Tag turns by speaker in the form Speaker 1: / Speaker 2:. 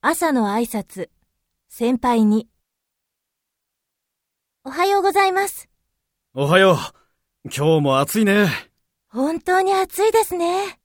Speaker 1: 朝の挨拶、先輩に。おはようございます。
Speaker 2: おはよう。今日も暑いね。
Speaker 1: 本当に暑いですね。